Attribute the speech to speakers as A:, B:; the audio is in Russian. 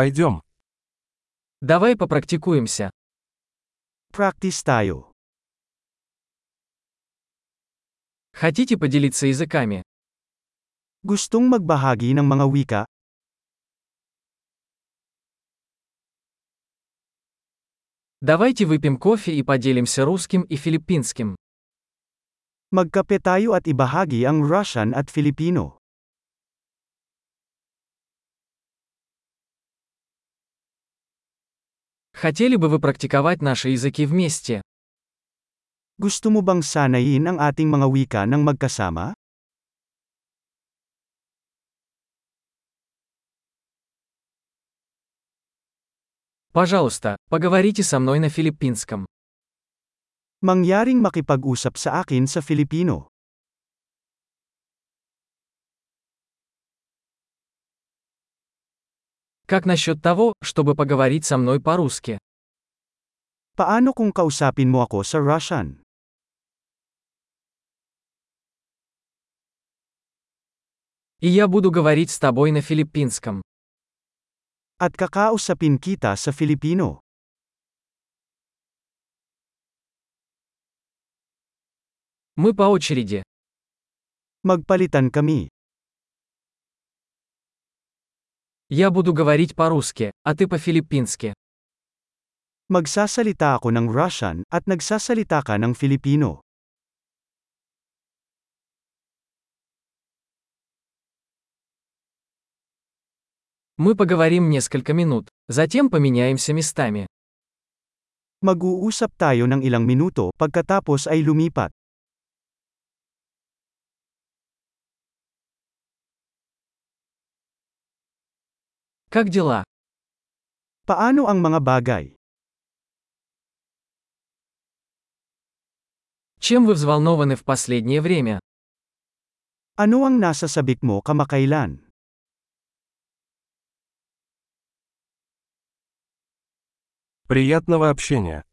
A: Пойдем.
B: Давай попрактикуемся.
C: Practice tayo.
B: Хотите поделиться языками?
C: Gustong magbahagi ng mga wika?
B: Давайте выпьем кофе и поделимся русским и филиппинским.
C: Magkape tayo at ibahagi ang Russian at Filipino.
B: Хотели бы вы практиковать наши языки вместе?
C: Gusto mo bang sanayin ang ating mga wika ng magkasama?
B: Пожалуйста, поговорите со мной на филиппинском.
C: Mangyaring makipag-usap sa akin sa Filipino.
B: Как насчет того, чтобы поговорить со мной по-русски?
C: Paano kung kausapin mo ako sa Russian?
B: И я буду говорить с тобой на филиппинском.
C: At kakausapin kita sa Filipino.
B: Мы по очереди.
C: Magpalitan kami.
B: Я буду говорить по-русски, а ты по-филиппински.
C: Magsasalita ako ng Russian at nagsasalita ka ng Filipino.
B: Мы поговорим несколько минут, затем поменяемся местами.
C: Mag-uusap tayo ng ilang minuto pagkatapos ay lumipat.
B: Как дела?
C: Paano ang mga bagay?
B: Чем вы взволнованы в последнее время?
C: Ano ang nasa sabik mo kamakailan?
A: Приятного общения.